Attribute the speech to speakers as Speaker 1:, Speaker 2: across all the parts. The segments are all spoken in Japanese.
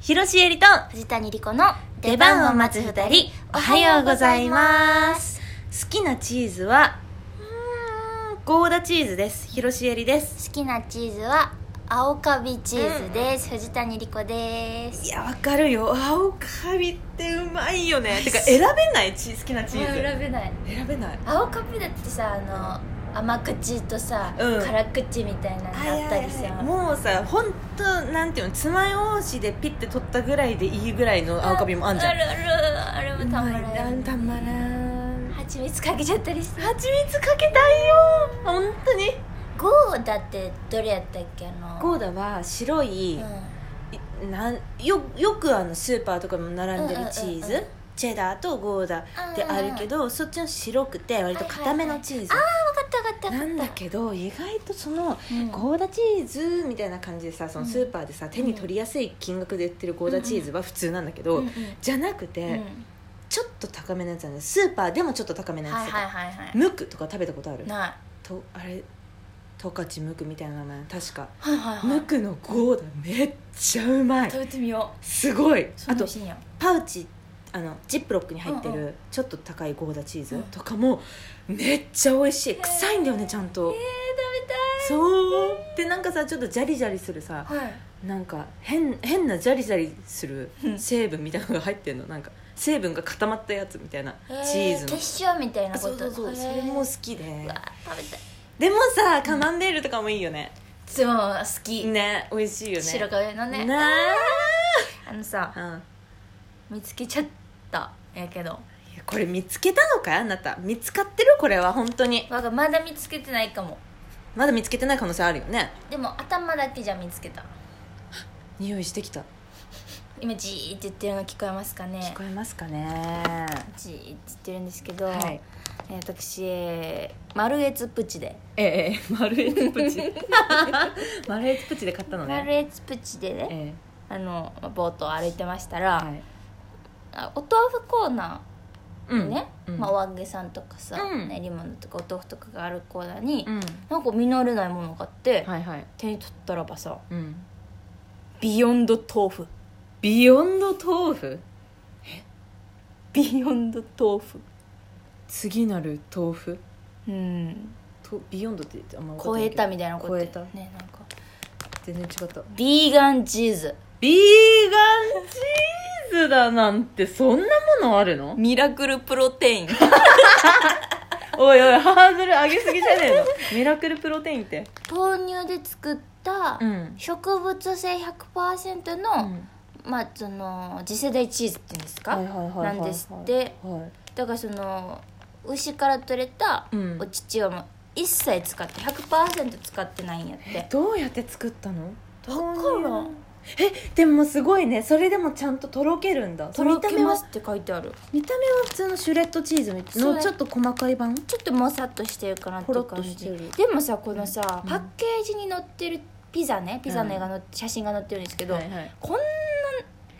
Speaker 1: 広ロエリと
Speaker 2: 藤谷莉子の
Speaker 1: 出番を待つ二人おはようございます好きなチーズはゴーダチーズです広ロエリです
Speaker 2: 好きなチーズは青カビチーズです、藤谷莉子です
Speaker 1: いやわかるよ青カビってうまいよ ねてか選べないチー好きなチーズ
Speaker 2: 選べない
Speaker 1: 選べない
Speaker 2: 青カビだってさあの甘口とさ、
Speaker 1: うん
Speaker 2: 辛口みたいなのあったりさ、
Speaker 1: はいはいはいもうさ本当なんていうの爪楊枝でピッて取ったぐらいでいいぐらいの青カビもあんじゃん
Speaker 2: あるあるあれもたまら
Speaker 1: う
Speaker 2: ない
Speaker 1: いたまらん
Speaker 2: 蜂蜜かけちゃったりして
Speaker 1: 蜂蜜かけたいよ本当に
Speaker 2: ゴーダってどれやったっけあの
Speaker 1: ゴーダは白い、
Speaker 2: う
Speaker 1: いなんよよくあのスーパーとかにも並んでるチーズ、
Speaker 2: うんうんうんうん
Speaker 1: チェダーとゴーダってあるけど、そっちの白くて割と硬めのチーズ、
Speaker 2: ん、分かった分かった分かった
Speaker 1: なんだけど意外とその
Speaker 2: うん
Speaker 1: ゴーダチーズみたいな感じでさそのスーパーでさ、手に取りやすい金額で売ってるゴーダチーズは普通なんだけど、
Speaker 2: うんうん
Speaker 1: じゃなくて、
Speaker 2: うん
Speaker 1: ちょっと高めのやつなんでスーパーでもちょっと高めのやつ
Speaker 2: はい
Speaker 1: とか、
Speaker 2: はいはいは
Speaker 1: ムクとか食べたことある
Speaker 2: いない
Speaker 1: とあれ十勝ムクみたいな名前確か、
Speaker 2: はいはいはい
Speaker 1: ムクのゴーダめっちゃうまい
Speaker 2: 食べてみよう
Speaker 1: すごい
Speaker 2: そ
Speaker 1: あ
Speaker 2: んな美
Speaker 1: と
Speaker 2: 味しいんや
Speaker 1: パウチあのジップロックに入って
Speaker 2: うん
Speaker 1: るちょっと高いゴーダチーズ
Speaker 2: うん
Speaker 1: とかもめっちゃ美味しい
Speaker 2: ー
Speaker 1: 臭いんだよねちゃん
Speaker 2: えー
Speaker 1: と
Speaker 2: 食べたい
Speaker 1: そうでなんかさちょっとジャリジャリするさ
Speaker 2: はい、
Speaker 1: なんか変変なジャリジャリする
Speaker 2: うん
Speaker 1: 成分みたいなのが入ってんのなんか成分が固まったやつみたいなチーズの
Speaker 2: 結晶みたいな
Speaker 1: あ
Speaker 2: こ
Speaker 1: そ
Speaker 2: と
Speaker 1: うそうそうそれも好きで
Speaker 2: うわ食べたい
Speaker 1: でもさカマンベールとかもいいよね
Speaker 2: でも好き、
Speaker 1: ね美味しいよね
Speaker 2: 白髪のね
Speaker 1: ね
Speaker 2: あのさ
Speaker 1: うん
Speaker 2: 見つけちゃったやけど
Speaker 1: いやこれ見つけたのかあなた見つかってるこれは本当に
Speaker 2: わがまだ見つけてないかも
Speaker 1: まだ見つけてない可能性あるよね
Speaker 2: でも頭だけじゃ見つけた
Speaker 1: 匂いしてきた
Speaker 2: 今ジーって言ってるの聞こえますか
Speaker 1: 聞
Speaker 2: ね
Speaker 1: こえますかね
Speaker 2: ジーって言ってるんですけど、
Speaker 1: はい
Speaker 2: えー私えー丸越プチで、
Speaker 1: ええ丸エツプチ 丸エツプチで買ったの
Speaker 2: 丸
Speaker 1: ね
Speaker 2: 越プチでね、
Speaker 1: え
Speaker 2: あのまあボートを歩いてました
Speaker 1: え
Speaker 2: ら、
Speaker 1: はい
Speaker 2: あお豆腐コーナ
Speaker 1: う
Speaker 2: ー
Speaker 1: ん
Speaker 2: ね、
Speaker 1: うん
Speaker 2: まあ、お揚げさんとかさ、
Speaker 1: うん
Speaker 2: 練り物とかお豆腐とかがあるコーナーに、
Speaker 1: うん
Speaker 2: なんか実れないものがあって、
Speaker 1: はいはい
Speaker 2: 手に取ったらばさ
Speaker 1: うん
Speaker 2: ビヨンド豆腐
Speaker 1: ビヨンド豆腐
Speaker 2: ビヨンド豆腐
Speaker 1: 次なる豆腐
Speaker 2: うん
Speaker 1: とビヨンドってあんま分かっ
Speaker 2: 超
Speaker 1: てな
Speaker 2: え
Speaker 1: いけど
Speaker 2: たみたいなこと
Speaker 1: 超えた
Speaker 2: ねなんか
Speaker 1: 全然違った
Speaker 2: ビーガンチーズ
Speaker 1: ビーガンチーズだなんてそんなものあるの
Speaker 2: ミラクルプロテイン
Speaker 1: おいおいハードル上げすぎじゃねえのミラクルプロテインって
Speaker 2: 豆乳で作った
Speaker 1: ん
Speaker 2: 植物性100%の、まあその次世代チーズっていうんですか、
Speaker 1: はいはいはいはいはい
Speaker 2: なんですって
Speaker 1: はい
Speaker 2: だからその牛から取れた
Speaker 1: うん
Speaker 2: お乳はもう一切使って100%使ってないんやって
Speaker 1: どうやって作ったの
Speaker 2: だから
Speaker 1: えでもすごいねそれでもちゃんととろけるんだ
Speaker 2: とろけま
Speaker 1: は
Speaker 2: すって書いてある
Speaker 1: 見た目は普通のシュレッドチーズみたい
Speaker 2: そう
Speaker 1: のちょっと細かい版
Speaker 2: ちょっともさっとしてるかなっていう
Speaker 1: ほろ
Speaker 2: 感
Speaker 1: っとして
Speaker 2: じ
Speaker 1: る
Speaker 2: でもさこのさ、
Speaker 1: うん
Speaker 2: パッケージに載ってるピザねピザの絵が載って写真が載ってるんですけど、
Speaker 1: はい
Speaker 2: こんなん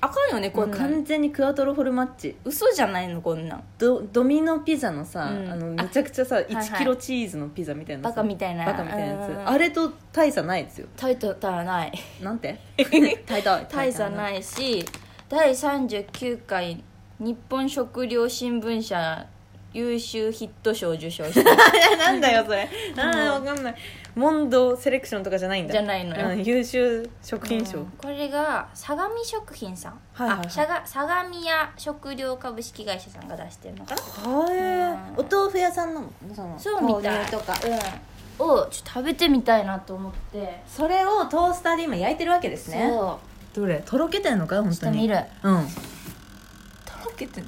Speaker 2: あかんよね
Speaker 1: これ
Speaker 2: こんなん
Speaker 1: 完全にクアトロフォルマッチ
Speaker 2: 嘘じゃないのこんなん
Speaker 1: ドドミノピザのさ、
Speaker 2: うん
Speaker 1: あの
Speaker 2: あ
Speaker 1: めちゃくちゃさ
Speaker 2: はい
Speaker 1: 1キロチーズのピザみたいなさ
Speaker 2: バカみたいな
Speaker 1: バカみたいなやつ、
Speaker 2: うん
Speaker 1: あれと大差ないですよ
Speaker 2: タイトルはない
Speaker 1: なんて 大差
Speaker 2: 大差
Speaker 1: い
Speaker 2: ないし第39回日本食料新聞社優秀ヒット賞受賞した
Speaker 1: なんだよそれあーわかんないモンドセレクションとかじゃないんだ
Speaker 2: じゃないの よ
Speaker 1: うん優秀食品賞、
Speaker 2: うんこれが相模食品さん、
Speaker 1: はいはいはい
Speaker 2: あしゃが相模屋食料株式会社さんが出してるのかな
Speaker 1: はえ
Speaker 2: うん
Speaker 1: お豆腐屋さんなのその
Speaker 2: そうみたい
Speaker 1: 豆乳とか
Speaker 2: うんをちょっと食べてみたいなと思って
Speaker 1: それをトースターで今焼いてるわけですね
Speaker 2: そ
Speaker 1: どれとろけてんのか本
Speaker 2: うちょっと見る
Speaker 1: うん
Speaker 2: とろけて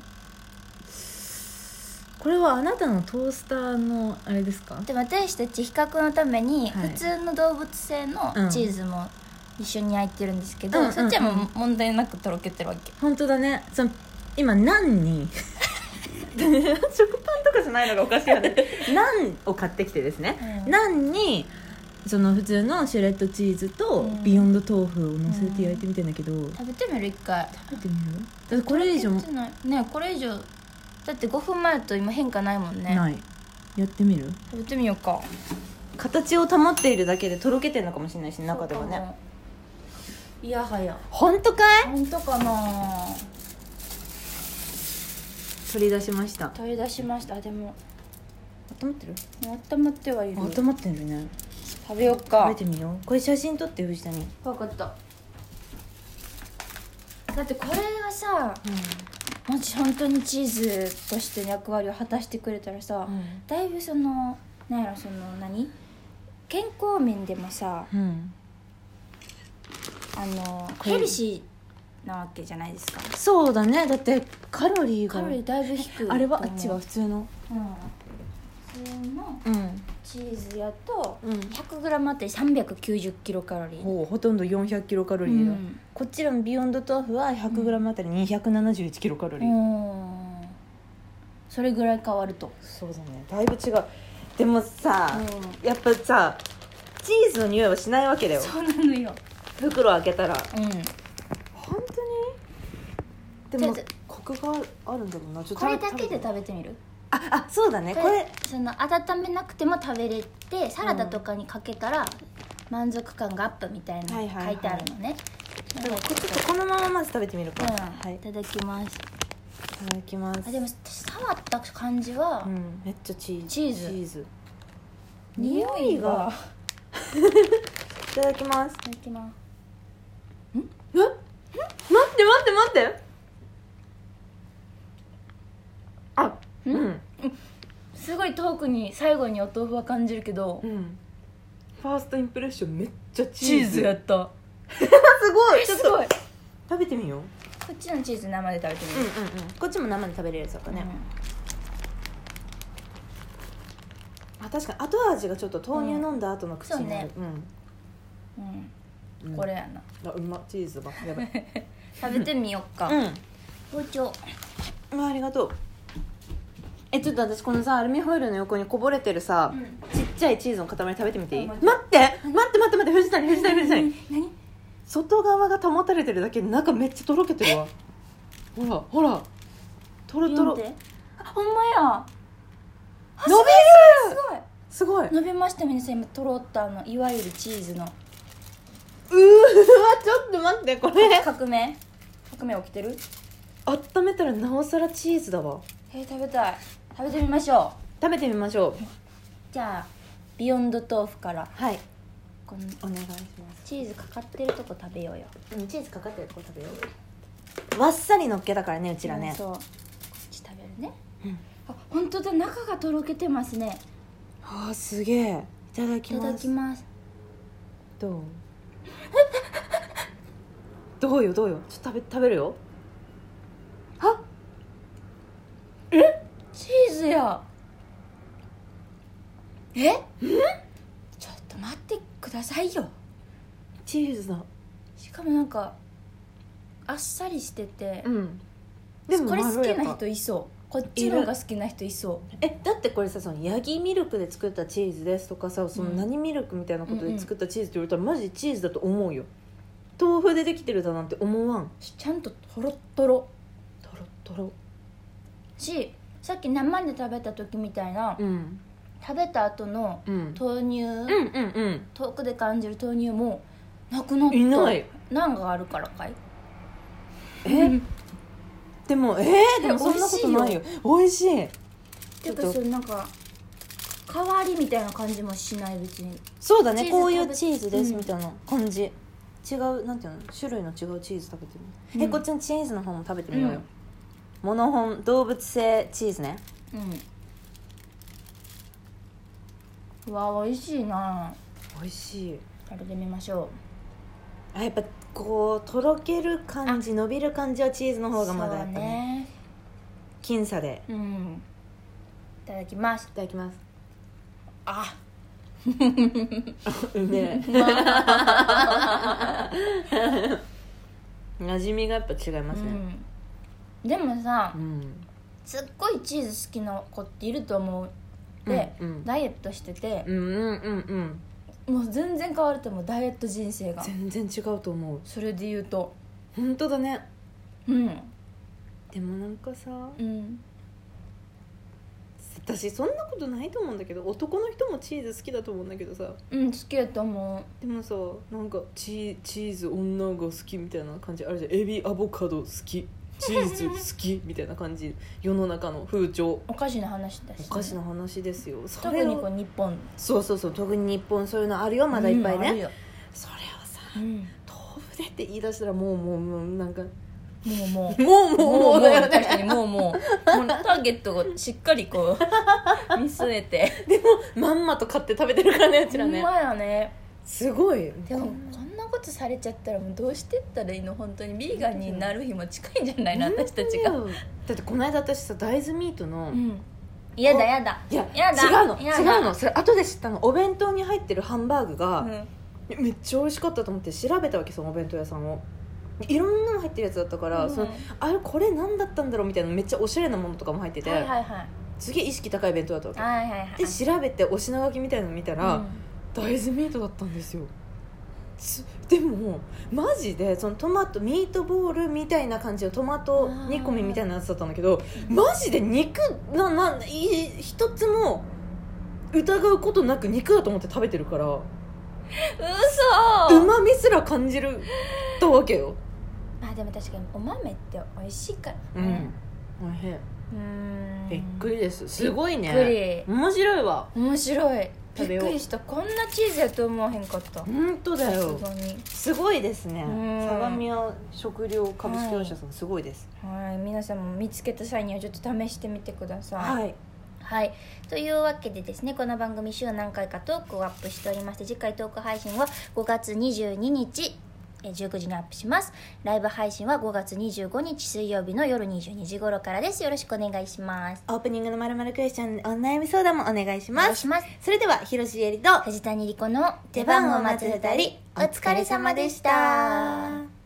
Speaker 1: これはあなたのトースターのあれですか
Speaker 2: でも私たち比較のために
Speaker 1: はい
Speaker 2: 普通の動物性の
Speaker 1: うん
Speaker 2: チーズも一緒に焼いてるんですけど、
Speaker 1: うんうん
Speaker 2: そっちはもう問題なくとろけてるわけ
Speaker 1: 本当だねその今何に 食パンとかじゃないのがおかしい よね何を買ってきてですね、
Speaker 2: うん
Speaker 1: 何にその普通のシュレッドチーズと
Speaker 2: うん
Speaker 1: ビヨンド豆腐をのせて焼いてみたいんだけど、食
Speaker 2: 食べてみる一回
Speaker 1: べてみるだってこれ以上
Speaker 2: 食べてないねこれ以上だって5分前と今変化ないもんね
Speaker 1: ないやってみる
Speaker 2: 食べてみようか
Speaker 1: 形を保っているだけでとろけてるのかもしれないし中では
Speaker 2: そうか
Speaker 1: ね
Speaker 2: もいやはや
Speaker 1: 本当かい
Speaker 2: 本当かな
Speaker 1: 取り出しました
Speaker 2: 取り出しましたあでも
Speaker 1: 温まってる
Speaker 2: 温まってはいる
Speaker 1: 温まってるね
Speaker 2: 食べよっ
Speaker 1: 食
Speaker 2: か
Speaker 1: べてみようこれ写真撮って藤谷うん
Speaker 2: 分かっただってこれはさもし本当にチーズとして役割を果たしてくれたらさ、
Speaker 1: うん
Speaker 2: だいぶそのなんやろその何健康面でもさ
Speaker 1: うん
Speaker 2: あの
Speaker 1: これ
Speaker 2: ヘルシーなわけじゃないですか
Speaker 1: そうだねだってカロリーが
Speaker 2: カロリーだいぶ低い
Speaker 1: あれはあ
Speaker 2: と思
Speaker 1: っちは普通の
Speaker 2: うん普通の
Speaker 1: うん
Speaker 2: チーズやと
Speaker 1: うん
Speaker 2: 100g あたり390キロカロリー
Speaker 1: ほうほとんど400キロカロリーだ、こっちらのビヨンド豆腐は 100g あたり271キロカロリー、
Speaker 2: うんそれぐらい変わると
Speaker 1: そうだねだいぶ違うでもさ、やっぱさチーズの匂いはしないわけだよ
Speaker 2: そうなのよ
Speaker 1: 袋開けたら
Speaker 2: うん
Speaker 1: 本当にで
Speaker 2: ちょ
Speaker 1: も
Speaker 2: っと
Speaker 1: コクがあるんだろうなちょっと
Speaker 2: これだけで
Speaker 1: 食べ
Speaker 2: 食べてみる
Speaker 1: ああそうだねこれ
Speaker 2: その温めなくても食べれてサラダとかにかけたら満足感がアップみたいな
Speaker 1: は
Speaker 2: の
Speaker 1: いはいはい
Speaker 2: 書いてあるのねだからこっち
Speaker 1: ちょっとこのまままず食べてみるか、
Speaker 2: う
Speaker 1: はい
Speaker 2: んい
Speaker 1: い
Speaker 2: ただきます
Speaker 1: ただきます
Speaker 2: あでも触った感じは
Speaker 1: うん、めっちゃチーズ
Speaker 2: チーズ
Speaker 1: 匂いがいただきます
Speaker 2: いただきます
Speaker 1: え待って待って待ってあうん
Speaker 2: すごい遠くに最後にお豆腐は感じるけど
Speaker 1: うんファーストインプレッションめっちゃチー
Speaker 2: チー
Speaker 1: ズ
Speaker 2: ズやった
Speaker 1: すごいちょっ
Speaker 2: す
Speaker 1: と
Speaker 2: ごいこ
Speaker 1: 食べてみよう
Speaker 2: っちのチーズ生で食べてみ
Speaker 1: うんう
Speaker 2: る
Speaker 1: んうんこっちも生で食べれるやつだからね、あ確かに後味がちょっと豆乳飲んだ後の口になる
Speaker 2: うんうん
Speaker 1: うん、うん、
Speaker 2: これやな
Speaker 1: あうまチーズがやばい
Speaker 2: 食べてみよっか
Speaker 1: うん
Speaker 2: 包丁
Speaker 1: あありがとうえちょっと私このさアルミホイルの横にこぼれてるさ、
Speaker 2: うん
Speaker 1: ちっちゃいチーズの塊食べてみていい
Speaker 2: あ
Speaker 1: 待
Speaker 2: 待
Speaker 1: って待って待って待って藤谷藤谷藤谷
Speaker 2: 何
Speaker 1: 外側が保たれてるだけで中めっちゃとろけてるわほらほらとろとろ
Speaker 2: ビ
Speaker 1: 伸
Speaker 2: ヨンってあほんまや
Speaker 1: び
Speaker 2: す
Speaker 1: る
Speaker 2: ごい
Speaker 1: すごいうーわ
Speaker 2: 伸びました皆さん今とろったあのいわゆるチーズの
Speaker 1: ちょっと待ってこれ
Speaker 2: 革命革命起きてる
Speaker 1: 温めたらなおさらチーズだわ
Speaker 2: えー、食べたい食べてみましょう
Speaker 1: 食べてみましょう
Speaker 2: じゃあビヨンド豆腐から
Speaker 1: はい
Speaker 2: この
Speaker 1: お願いします
Speaker 2: チーズかかってるとこ食べようよ
Speaker 1: うんチーズかかってるこれ食べようわっさりのっけだからねうちらね
Speaker 2: うんそうこっち食べるね
Speaker 1: うん
Speaker 2: あ本当だ中がとろけてますね
Speaker 1: あーすげえいただ
Speaker 2: いただきます
Speaker 1: どう どうよどうよちょっと食べ食べるよあ
Speaker 2: チーズやえちょっと待ってくださいよ
Speaker 1: チーズだ
Speaker 2: しかもなんかあっさりしてて、
Speaker 1: ん
Speaker 2: これ
Speaker 1: ま
Speaker 2: 好
Speaker 1: ろ
Speaker 2: き
Speaker 1: やか
Speaker 2: な人いそうこっちの方が好きな人いそ
Speaker 1: えだってこれさそのヤギミルクで作ったチーズですとかさその
Speaker 2: うん
Speaker 1: 何ミルクみたいなことで作ったチーズって言われたら、マジチーズだと思うよ豆腐でできてるだなんて思わん
Speaker 2: うちゃんととろっとろ
Speaker 1: とろっとろ
Speaker 2: しさっき生で食べた時みたいな、
Speaker 1: うん
Speaker 2: 食べた後の
Speaker 1: うん
Speaker 2: 豆乳、
Speaker 1: うんうん
Speaker 2: 遠くで感じる豆乳もなくなった
Speaker 1: いない
Speaker 2: 何があるからかい
Speaker 1: えでもえー、でもそんなことないよ美味しい
Speaker 2: て
Speaker 1: ちょ
Speaker 2: か
Speaker 1: っと
Speaker 2: それなんか代わりみたいな感じもしない別に
Speaker 1: そうだね
Speaker 2: チーズ
Speaker 1: こういう
Speaker 2: 食べ
Speaker 1: チーズです
Speaker 2: うん
Speaker 1: みたいな感じ、違うなんていうの種類の違うチーズ食べてみよう、
Speaker 2: う
Speaker 1: え
Speaker 2: ん
Speaker 1: こっちのチーズの方も食べてみようよ、
Speaker 2: うん
Speaker 1: モノホン動物性チーズね
Speaker 2: うんうわ美味しいな
Speaker 1: 美味しい
Speaker 2: 食べてみましょ
Speaker 1: あやっぱこうとろける感じ伸びる感じはチーズの
Speaker 2: う
Speaker 1: 方がまだやっぱね
Speaker 2: そうね
Speaker 1: 僅差で
Speaker 2: うんいただきます
Speaker 1: いただきます
Speaker 2: あ
Speaker 1: ね馴染みがやっぱ違いますね
Speaker 2: うん、でもさ
Speaker 1: うん
Speaker 2: すっごいチーズ好きな子っていると思うで、
Speaker 1: うんうん
Speaker 2: ダイエットしてて
Speaker 1: う、んうんうんうん
Speaker 2: もう全然変わると思うダイエット人生が
Speaker 1: 全然違うと思う
Speaker 2: それで言うと
Speaker 1: 本当だね
Speaker 2: うん
Speaker 1: でもなんかさ
Speaker 2: うん
Speaker 1: 私そんなことないと思うんだけど男の人もチーズ好きだと思うんだけどさ
Speaker 2: うん好きやと思
Speaker 1: でもさなんかチーチーズ女が好きみたいな感じあれじゃんエビアボカド好きチーズ好きみたいな感じ世の中の風潮
Speaker 2: うおかしな話だし、
Speaker 1: おかしな話ですよそ
Speaker 2: 特
Speaker 1: れ
Speaker 2: に
Speaker 1: を
Speaker 2: こう日本
Speaker 1: そうそうそう特に日本そういうのあるよまだいっぱいね、
Speaker 2: うんあるよ
Speaker 1: それをさ
Speaker 2: うん
Speaker 1: 豆腐でって言い出したらもうもうもうなんか
Speaker 2: もうもう
Speaker 1: もうもうもうだよね
Speaker 2: 確かにもうもうもうターゲットをしっかりこう見据えて
Speaker 1: でもまんまと買って食べてるからねうちらね
Speaker 2: ほんまやね
Speaker 1: すごい
Speaker 2: でもこんなことされちゃったらもうどうしてったらいいの本当にビーガンになる日も近いんじゃないの私たちが、
Speaker 1: 本当だよだってこの間私さ大豆ミートの、
Speaker 2: うん、やだやだ
Speaker 1: いや
Speaker 2: やだ
Speaker 1: 違うの
Speaker 2: や
Speaker 1: 違
Speaker 2: だ
Speaker 1: うのそれ後で知ったのお弁当に入ってるハンバーグ
Speaker 2: う
Speaker 1: が、
Speaker 2: ん
Speaker 1: めっちゃ美味しかったと思って調べたわけそのお弁当屋さんをいろんなの入ってるやつだったから、
Speaker 2: うん
Speaker 1: そのあれこれ何だったんだろうみたいなめっちゃおしゃれなものとかも入ってて、
Speaker 2: はいはいはい
Speaker 1: すげえ意識高い弁当だったわけ、
Speaker 2: はいはいはい
Speaker 1: で調べてお品書きみたいなの見たら、大豆ミートだったんですよすでもマジでそのトマトミートボールみたいな感じのトマト煮込みみたいなやつだったんだけどマジで肉ななんい一つも疑うことなく肉だと思って食べてるからう
Speaker 2: うん、嘘
Speaker 1: まみすら感じるたわけよ
Speaker 2: まあでも確かにお豆って美味しいから
Speaker 1: う
Speaker 2: ね
Speaker 1: んおいしい
Speaker 2: うん
Speaker 1: びっくりですすごいね
Speaker 2: びっくり
Speaker 1: 面白いわ
Speaker 2: 面白いび
Speaker 1: 食べ
Speaker 2: っ
Speaker 1: よう
Speaker 2: くりしたこんなチーズやと思わへんかった
Speaker 1: 本当だ
Speaker 2: さ
Speaker 1: よ
Speaker 2: すがに
Speaker 1: すごいですね
Speaker 2: うん
Speaker 1: 相模屋食料株式会社さんすごいです
Speaker 2: はい皆さんも見つけた際にはちょっと試してみてください
Speaker 1: はい
Speaker 2: はい、というわけでですねこの番組週何回かトークをアップしておりまして次回トーク配信は5月22日えー19時にアップしますライブ配信は5月25日水曜日の夜22時頃からですよろしくお願いします
Speaker 1: オープニングのまるまるクエスチョンお悩み相談もお願いし
Speaker 2: お
Speaker 1: ま
Speaker 2: 願い
Speaker 1: す
Speaker 2: します
Speaker 1: それでは広重えりと
Speaker 2: 藤谷莉子の
Speaker 1: 出番を待つ二人お疲れ様でした